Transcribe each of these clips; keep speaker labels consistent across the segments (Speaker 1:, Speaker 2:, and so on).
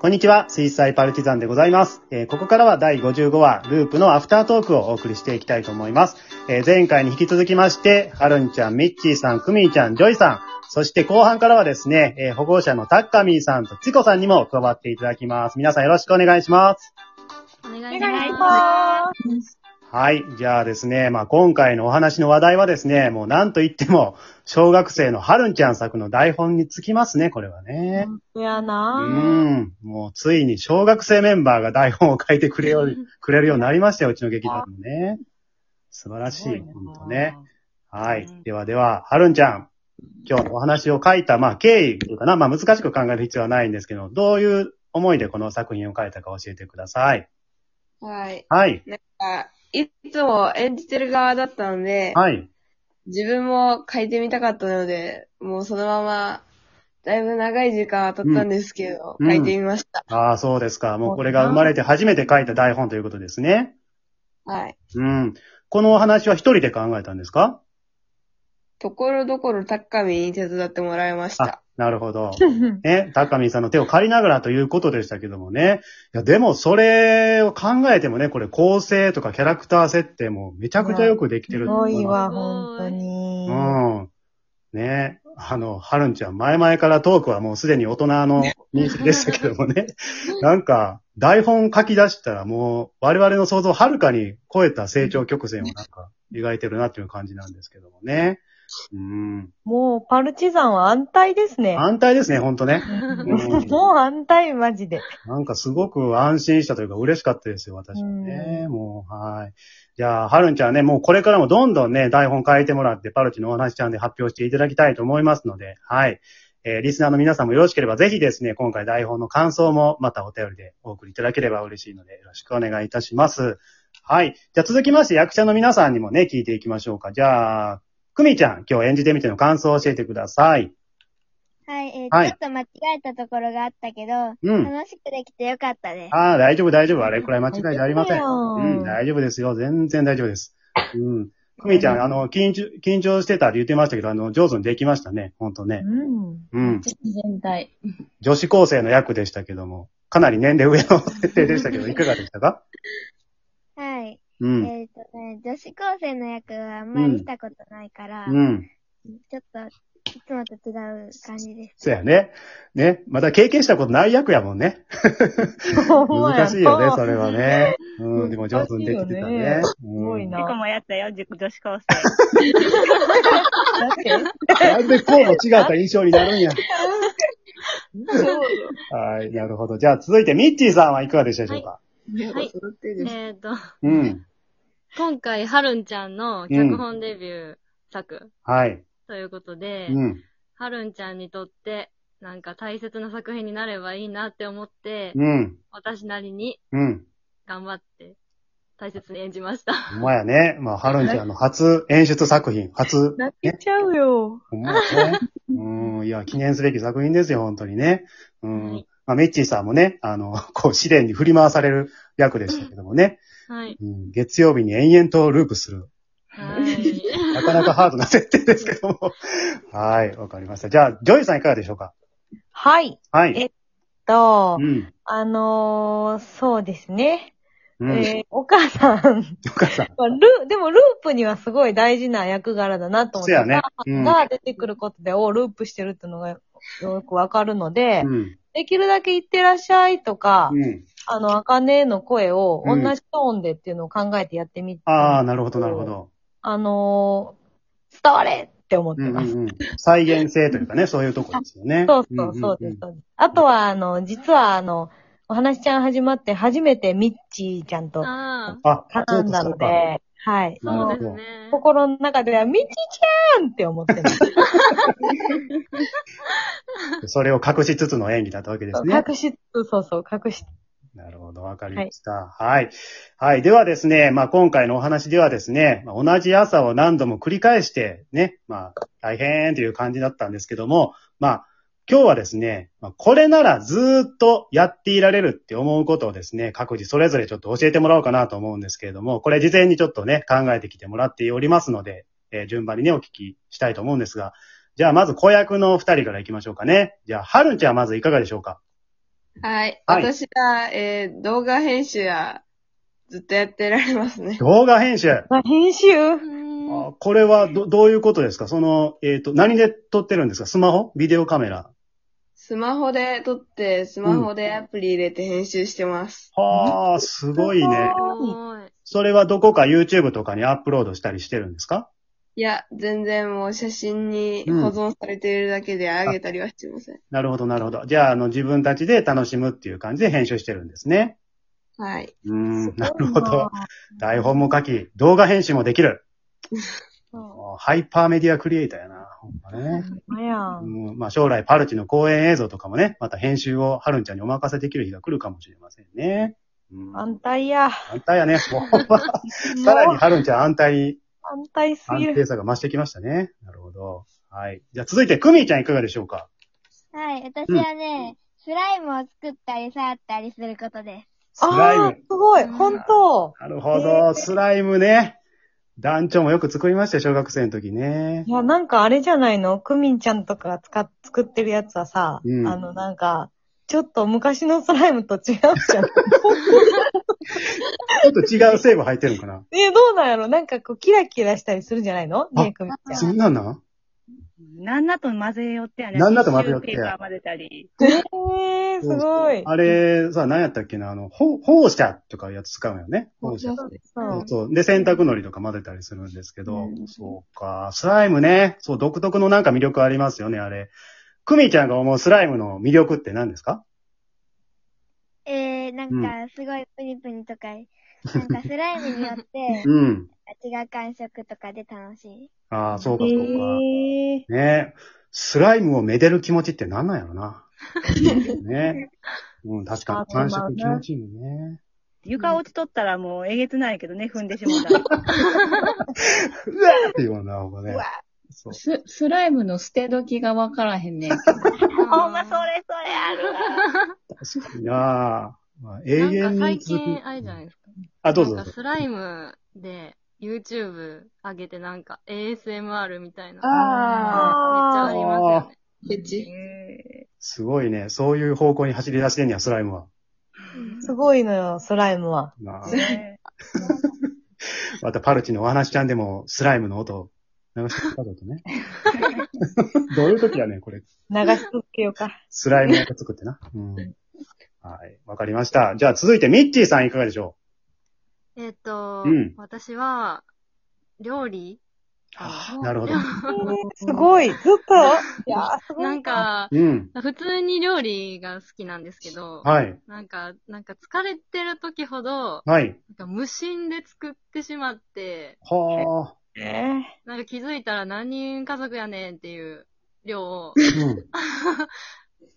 Speaker 1: こんにちは、水彩パルチザンでございます。えーここからは第55話、ループのアフタートークをお送りしていきたいと思います。えー前回に引き続きまして、ハルンちゃん、ミッチーさん、クミーちゃん、ジョイさん、そして後半からはですね、えー保護者のタッカミーさんとチコさんにも加わっていただきます。皆さんよろしくお願いします。
Speaker 2: お
Speaker 3: お
Speaker 2: 願いし
Speaker 3: 願いし
Speaker 2: ま
Speaker 3: ます。
Speaker 1: はい。じゃあですね、まあ、今回のお話の話題はですね、もうなんといっても、小学生のはるんちゃん作の台本につきますね、これはね。
Speaker 3: いや
Speaker 1: う
Speaker 3: なぁ。
Speaker 1: ん。もうついに小学生メンバーが台本を書いてくれよう、くれるようになりましたよ、うちの劇団もね。素晴らしい、本当ね。。はい。ではでは、はるんちゃん。今日のお話を書いた、まあ、経緯というかな、まあ、難しく考える必要はないんですけど、どういう思いでこの作品を書いたか教えてください。
Speaker 2: はい。
Speaker 1: はい。
Speaker 2: あいつも演じてる側だったので、
Speaker 1: はい。
Speaker 2: 自分も書いてみたかったので、もうそのまま、だいぶ長い時間は経ったんですけど、
Speaker 1: うん
Speaker 2: 書いてみました。
Speaker 1: ああ、そうですか。もうこれが生まれて初めて書いた台本ということですね。
Speaker 2: はい。
Speaker 1: うん。このお話は一人で考えたんですか
Speaker 2: ところどころ高見に手伝ってもらいまし
Speaker 1: あ
Speaker 2: た。、
Speaker 1: なるほ ど。ね、高見さんの手を借りながらということでしたけどもね。いや、でもそれを考えてもね、これ構成とかキャラクター設定もめちゃくちゃよくできてる
Speaker 3: す
Speaker 1: と思
Speaker 3: ご
Speaker 1: う
Speaker 3: いわ、
Speaker 2: す
Speaker 3: 本
Speaker 2: ごい
Speaker 3: 当に。
Speaker 1: うん。ねあの、はるんちゃん、前々からトークはもうすでに大人の認識でしたけどもね。 なんか、台本書き出したらもう、我々の想像をはるかに超えた成長曲線をなんか、描いてるなっていう感じなんですけどもね。うん。
Speaker 3: もう、パルチザンは安泰です ね。
Speaker 1: 安泰ですね、ほんとね。うん
Speaker 3: もう安泰、マジで。
Speaker 1: なんかすごく安心したというか嬉しかったですよ、私はね。もう、はい。じゃあ、はるんちゃんはね、もうこれからもどんどんね、台本書いてもらって、パルチのお話ちゃんで発表していただきたいと思いますので、はい。えーリスナーの皆さんもよろしければ、ぜひですね、今回台本の感想もまたお便りでお送りいただければ嬉しいので、よろしくお願いいたします。はい。じゃあ続きまして、役者の皆さんにもね、聞いていきましょうか。じゃあ、くみちゃん、今日演じてみての感想を教えてください。
Speaker 4: はい、えー
Speaker 1: はい
Speaker 4: ちょっと間違えたところがあったけど、
Speaker 1: うん。
Speaker 4: 楽しくできてよかったです。
Speaker 1: ああ、大丈夫、大丈夫。あれくらい間違いじゃありません。
Speaker 3: う
Speaker 1: うん、大丈夫ですよ。全然大丈夫です。うん。くみちゃん、あの、緊張、緊張してたって言ってましたけど、あの、上手にできましたね。ほんとね。
Speaker 3: うん。
Speaker 1: うん。
Speaker 5: 全体。
Speaker 1: 女子高生の役でしたけども、かなり年齢上の設定でしたけど、いかがでしたか
Speaker 4: はい。
Speaker 1: うん。
Speaker 4: えっ、とね、女子高生の役はあんまりしたことないから、
Speaker 1: うん。
Speaker 4: ちょっと、いつもと違う感じです。
Speaker 1: そうやね。ね。また経験したことない役やもんね。難しいよね、それはね。うん。でも上手にできてたね
Speaker 3: 難。
Speaker 1: す
Speaker 3: すごいな。
Speaker 6: もやったよ、女子高 生。
Speaker 3: だって
Speaker 1: なんでこうも違った印象になるんや。はい、なるほど。じゃあ続いて、ミッチーさんはいかがでしたでしょうか、
Speaker 5: はい。えっ、と、
Speaker 1: うん。
Speaker 5: 今回、はるんちゃんの脚本デビュー作
Speaker 1: はい。
Speaker 5: ということで、
Speaker 1: うん。
Speaker 5: はるんちゃんにとって、なんか大切な作品になればいいなって思って、
Speaker 1: うん。
Speaker 5: 私なりに
Speaker 1: うん。
Speaker 5: 頑張って、大切に演じました。
Speaker 1: ほんまやね。まあ、はるんちゃんの初演出作品、初、
Speaker 3: 泣けちゃうよ。
Speaker 1: ほん まやね。うん、いや、記念すべき作品ですよ、本当にね。うん。
Speaker 5: はい
Speaker 1: まあ、メッチーさんもね、あの、 こう、試練に振り回される役でしたけどもね。
Speaker 5: はい。
Speaker 1: うん、月曜日に延々とループする。
Speaker 5: はい。
Speaker 1: なかなかハードな設定ですけど も。はい、わかりました。じゃあ、ジョイさんいかがでしょうか
Speaker 3: はい。
Speaker 1: はい。
Speaker 3: えと
Speaker 1: う、ん。
Speaker 3: あのー、そうですね。
Speaker 1: うん。
Speaker 3: えーお母さん。
Speaker 1: お母さん。
Speaker 3: まあルーでもループにはすごい大事な役柄だなと思っ
Speaker 1: そ
Speaker 3: て、
Speaker 1: やね。うん。
Speaker 3: が出てくることで、おループしてるってのがよくわかるので、
Speaker 1: うん。
Speaker 3: できるだけいってらっしゃいとか、
Speaker 1: うん。
Speaker 3: あの、あかねの声を
Speaker 1: う
Speaker 3: 同
Speaker 1: ん
Speaker 3: じトーンでっていうのを考えてやってみて、
Speaker 1: ああ、なるほど、なるほど。
Speaker 3: あのー伝われって思っ
Speaker 1: う
Speaker 3: て
Speaker 1: ん
Speaker 3: ます。
Speaker 1: うんうん。再現性というかね、そういうとこですよね。
Speaker 3: そうそう、そうです、そうです。あとは、あの、実は、あの、お話ちゃん始まって初めてミッチーちゃんと
Speaker 5: あ
Speaker 1: あ、
Speaker 3: 絡んだの
Speaker 1: そうか
Speaker 3: で、はい。
Speaker 5: あ、
Speaker 1: なる
Speaker 5: そ
Speaker 1: ほど
Speaker 5: うですね。
Speaker 3: 心の中では、ミッチーちゃんって思ってます。
Speaker 1: そうかそれを隠しつつの演技だったわけですね。
Speaker 3: 隠し、そうそう、隠し。
Speaker 1: なるほど、わかりました。はい。はい。ではですね、まあ今回のお話ではですね、まあ同じ朝を何度も繰り返して、ね、まあ大変という感じだったんですけども、まあ今日はですね、まあこれならずーっとやっていられるって思うことをですね、各自それぞれちょっと教えてもらおうかなと思うんですけれども、これ事前にちょっとね、考えてきてもらっておりますので、えー順番にね、お聞きしたいと思うんですが、じゃあまず子役のお二人から行きましょうかね。じゃあ、はるんちゃんはまずいかがでしょうか
Speaker 2: はい。
Speaker 1: はい
Speaker 2: 私は、えー動画編集や、ずっとやってられますね。
Speaker 1: 動画編集。
Speaker 3: あ編集
Speaker 1: あこれはど、どういうことですかその、えっ、と、何で撮ってるんですかスマホビデオカメラ。
Speaker 2: スマホで撮って、スマホでアプリ入れて編集してます。
Speaker 1: はあ、すごいね。
Speaker 5: ごい。
Speaker 1: それはどこか YouTube とかにアップロードしたりしてるんですか
Speaker 2: いや、全然もう写真に保存されているだけであげたりはしてません。
Speaker 1: なるほど、なるほど。じゃあ、あの、自分たちで楽しむっていう感じで編集してるんですね。
Speaker 2: はい。
Speaker 1: うーん、なるほど。台本も書き、動画編集もできる。もうハイパーメディアクリエイターやな。ほんまね。
Speaker 3: ほんまやん。
Speaker 1: うんまあ、将来パルチの公演映像とかもね、また編集をハルンちゃんにお任せできる日が来るかもしれませんね。うん、安
Speaker 3: 安泰や。
Speaker 1: 泰やね。もうさらにハルンちゃん安泰に、
Speaker 3: 安泰すぎ
Speaker 1: 安
Speaker 3: る。
Speaker 1: 定さが増してきましたね。なるほど。はい。じゃあ続いて、クミちゃんいかがでしょうか
Speaker 4: はい、私はね、スライムを作ったり触ったりすることです。
Speaker 1: スライ
Speaker 3: あー
Speaker 1: ム。
Speaker 3: すごい。本当。
Speaker 1: なるほど。スライムね。団長もよく作りましたよ、小学生の時ね
Speaker 3: い。や、なんかあれじゃないのクミンちゃんとかが使っ、作ってるやつはさ、
Speaker 1: うん
Speaker 3: あの、なんか、ちょっと昔のスライムと違うじ ゃん。
Speaker 1: ちょっと違う成分入ってるのかな
Speaker 3: え、どうなんやろなんかこう、キラキラしたりするじゃないのねえ、クミンち
Speaker 1: そ
Speaker 3: ゃん。
Speaker 1: んなんなん
Speaker 6: なんなと混ぜよってやね。
Speaker 1: なんなと混ぜよって
Speaker 6: ティッシュペーパー混ぜたり。
Speaker 3: えー、すごい。
Speaker 1: あれ、さ、何やったっけな、あの、ほ放射とかいうやつ使うよね。放射。
Speaker 3: そ
Speaker 1: そうう。そう。で、洗濯のりとか混ぜたりするんですけど、そうか。スライムね。そう、独特のなんか魅力ありますよね、あれ。クミちゃんが思うスライムの魅力って何ですか
Speaker 4: えー、なんか、すごいプニプニとか、なんかスライムによ って、
Speaker 1: うん。
Speaker 4: 味が感触とかで楽しい。
Speaker 1: ああ、そうか、
Speaker 3: え
Speaker 1: そうか。
Speaker 3: ー、
Speaker 1: ねスライムをめでる気持ちって何なんやろ な。ねうん、確かに。
Speaker 3: あ
Speaker 1: 感
Speaker 3: そうだ
Speaker 1: 触
Speaker 3: ね
Speaker 1: 気持ちいいもんね。
Speaker 6: 床落ちとったらもうえげつないけどね、踏んでしもうたら。
Speaker 1: うわーっていうような、ほんまね。そう。
Speaker 7: ス、スライムの捨て時がわからへんねんけど。
Speaker 6: ほんま、それ、それあるわ。
Speaker 1: いやーまあ、永
Speaker 5: な
Speaker 1: 遠
Speaker 5: んか
Speaker 1: に
Speaker 5: 最
Speaker 1: 続く
Speaker 5: 近、あれじゃないですか。
Speaker 1: あ、どうぞ
Speaker 5: な
Speaker 1: どう
Speaker 5: んか
Speaker 1: ぞ。
Speaker 5: スライムで YouTube 上げてなんか ASMR みたいな。
Speaker 2: ああ、
Speaker 5: めっちゃありますよね。
Speaker 2: ケチ。
Speaker 6: え
Speaker 1: すごいね。そういう方向に走り出してんねや、スライムは。
Speaker 3: すごいのよ、スライムは。
Speaker 1: なあ
Speaker 6: ーね
Speaker 1: またパルチのお話ちゃんでもスライムの音を流してくれたことね。どういう時やねん、これ。
Speaker 3: 流し続けようか。
Speaker 1: スライムの音作ってな。うん。はい。わかりました。じゃあ続いてミッチーさんいかがでしょ
Speaker 5: えっと、
Speaker 1: うん
Speaker 5: 私は、料理か
Speaker 1: うなるほど。
Speaker 3: えーすごい。ずっといやーすごい。
Speaker 5: なん、か、
Speaker 1: うん。
Speaker 5: 普通に料理が好きなんですけど、
Speaker 1: はい。
Speaker 5: なんか、なんか疲れてる時ほど、
Speaker 1: はい。
Speaker 5: なんか無心で作ってしまって、
Speaker 1: はあ。
Speaker 3: えー、
Speaker 5: なんか気づいたら何人家族やねんっていう量を、
Speaker 1: うん。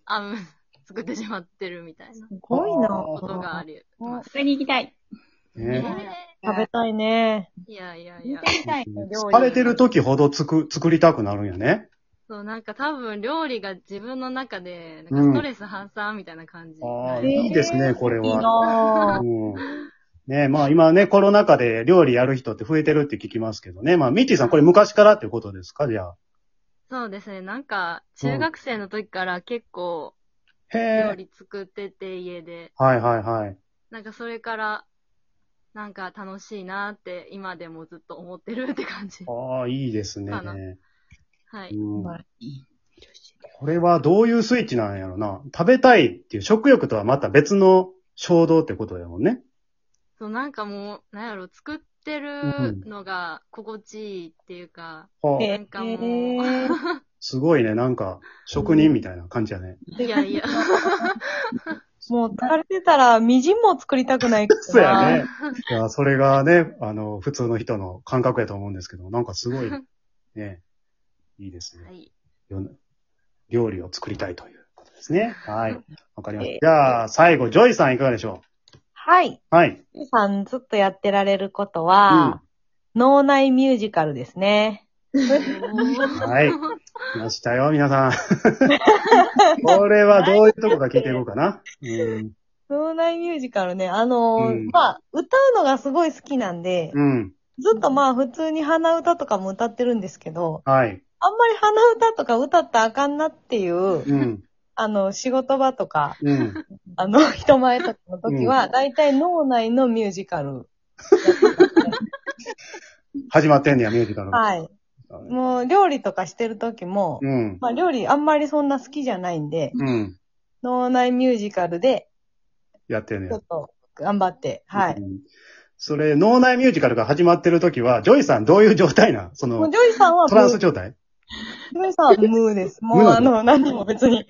Speaker 5: あ、うん作ってしまってるみたいな
Speaker 3: すごいな
Speaker 5: ことがあります。
Speaker 7: それに行きたい。
Speaker 5: え
Speaker 1: ね
Speaker 3: 食べたいね。
Speaker 5: いやいやいや。
Speaker 1: 疲れてる時ほどつく、作りたくなるんやね。
Speaker 5: そう、なんか多分料理が自分の中で、なんかストレス発散みたいな感じ。
Speaker 1: ああ、
Speaker 5: はい
Speaker 1: いいですね、これ
Speaker 3: いい
Speaker 1: は。
Speaker 3: なぁ。
Speaker 1: うんねまあ今ね、コロナ禍で料理やる人って増えてるって聞きますけどね。まあ、ミッチーさん、これ昔からってことですかじゃあ。
Speaker 5: そうですね、なんか中学生の時から結構
Speaker 1: へ
Speaker 5: 料
Speaker 1: え。
Speaker 5: 理作ってて家で、
Speaker 1: はいはいはい。
Speaker 5: なんかそれから、なんか楽しいなって今でもずっと思ってるって感じ。
Speaker 1: ああ、いいですね。
Speaker 5: かなは
Speaker 1: う
Speaker 5: い。
Speaker 1: ん
Speaker 7: まあいい
Speaker 1: これはどういうスイッチなんやろな。食べたいっていう食欲とはまた別の衝動ってことやもんね。
Speaker 5: そう、なんかもう、なんやろ、作ってるのが心地いいっていうか、
Speaker 1: はあ
Speaker 3: え
Speaker 5: なんかもう
Speaker 3: ー、
Speaker 1: すごいね、なんか、職人みたいな感じやね。
Speaker 5: いやいや、
Speaker 3: もう疲れてたら、みじんも作りたくないけどな。
Speaker 1: そうやね。いや、それがね、あの、普通の人の感覚やと思うんですけど、なんかすごい、ね、いいですね
Speaker 5: は。い。
Speaker 1: よ料理を作りたいということですね。はい。わかりました。じゃあ、最後、ジョイさんいかがでしょ
Speaker 3: はい。
Speaker 1: うはい。
Speaker 3: 皆さんずっとやってられることは、脳内ミュージカルですね。
Speaker 1: はい。来ましたよ、皆 さん。これはどういうとこが聞いていこうかな。うん。
Speaker 3: 脳内ミュージカルね、あのー
Speaker 1: うん
Speaker 3: まあ、歌うのがすごい好きなんで、
Speaker 1: うん。
Speaker 3: ずっとまあ普通に鼻歌とかも歌ってるんですけど、
Speaker 1: はい。
Speaker 3: あんまり鼻歌とか歌ったらあかんなっていう
Speaker 1: うん。
Speaker 3: あの、仕事場とか、
Speaker 1: うん。
Speaker 3: あの、 人前とかの時は、だいたい脳内のミュージカル。
Speaker 1: 始まってんねや、ミュージカルが。
Speaker 3: はい。もう、料理とかしてる時も、
Speaker 1: うん。
Speaker 3: まあ、料理あんまりそんな好きじゃないんで、
Speaker 1: うん。
Speaker 3: 脳内ミュージカルで、
Speaker 1: やってんね
Speaker 3: ちょ
Speaker 1: や
Speaker 3: っ。と、頑張って、はい。
Speaker 1: うん。それ、脳内ミュージカルが始まってる時は、ジョイさんどういう状態なんそ
Speaker 3: もう、
Speaker 1: の、
Speaker 3: ジョイさんは
Speaker 1: トランス
Speaker 3: 無、ジ
Speaker 1: 状態
Speaker 3: ョイさんは無です。もう、
Speaker 1: 無な
Speaker 3: あ
Speaker 1: の
Speaker 3: の、何でも別に、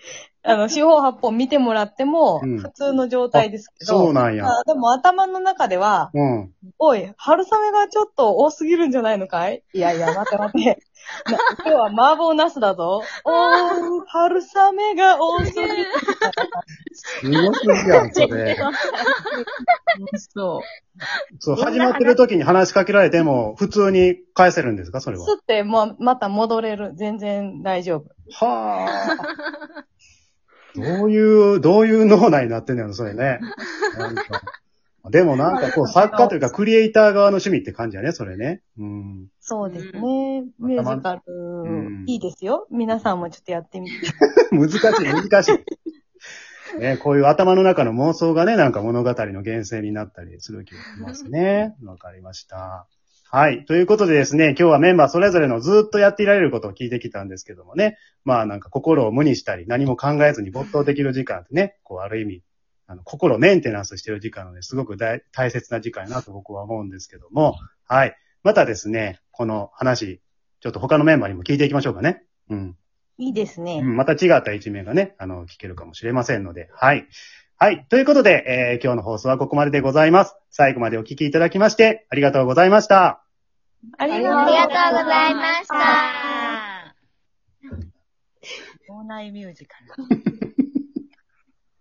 Speaker 3: あの、四方八方見てもらっても、
Speaker 1: うん
Speaker 3: 普通の状態ですけど、
Speaker 1: そうなんや。
Speaker 3: まあでも頭の中では、
Speaker 1: うん。
Speaker 3: おい、春雨がちょっと多すぎるんじゃないのかいいやいや、待って待って。 な今日は麻婆茄子だぞ。おー、春雨が多すぎる。
Speaker 1: すごすぎやん、そ れ。
Speaker 7: そう。
Speaker 1: そう、始まってる時に話しかけられても、普通に返せるんですかそれは。
Speaker 3: すって、もう、また戻れる。全然大丈夫。
Speaker 1: はあ。どういう、どういう脳内になってんのやろ、それね。なんかでもなんかこう、作家というか、クリエイター側の趣味って感じやね、それね。うん。
Speaker 3: そうですね。ミュージカル、
Speaker 1: うん
Speaker 3: いいですよ。皆さんもちょっとやってみて。
Speaker 1: 難しい、難しい。ね、こういう頭の中の妄想がね、なんか物語の源泉になったりする気がしますね。わかりました。はい。ということでですね、今日はメンバーそれぞれのずっとやっていられることを聞いてきたんですけどもね。まあなんか心を無にしたり、何も考えずに没頭できる時間ってね、こうある意味、あの、心をメンテナンスしてる時間なので、すごく大大切な時間やなと僕は思うんですけども。はい。またですね、この話、ちょっと他のメンバーにも聞いていきましょうかね。うん。
Speaker 3: いいですね。
Speaker 1: うんまた違った一面がね、あの、聞けるかもしれませんので、はい。はい。ということで、えー今日の放送はここまででございます。最後までお聞きいただきまして、ありがとうございました。
Speaker 3: あり
Speaker 4: ありがと
Speaker 3: がとう
Speaker 4: う
Speaker 3: ご
Speaker 4: ご
Speaker 3: ざ
Speaker 4: ざ
Speaker 3: い
Speaker 4: い
Speaker 3: ま
Speaker 4: ました。
Speaker 3: す。脳内ミュージカル。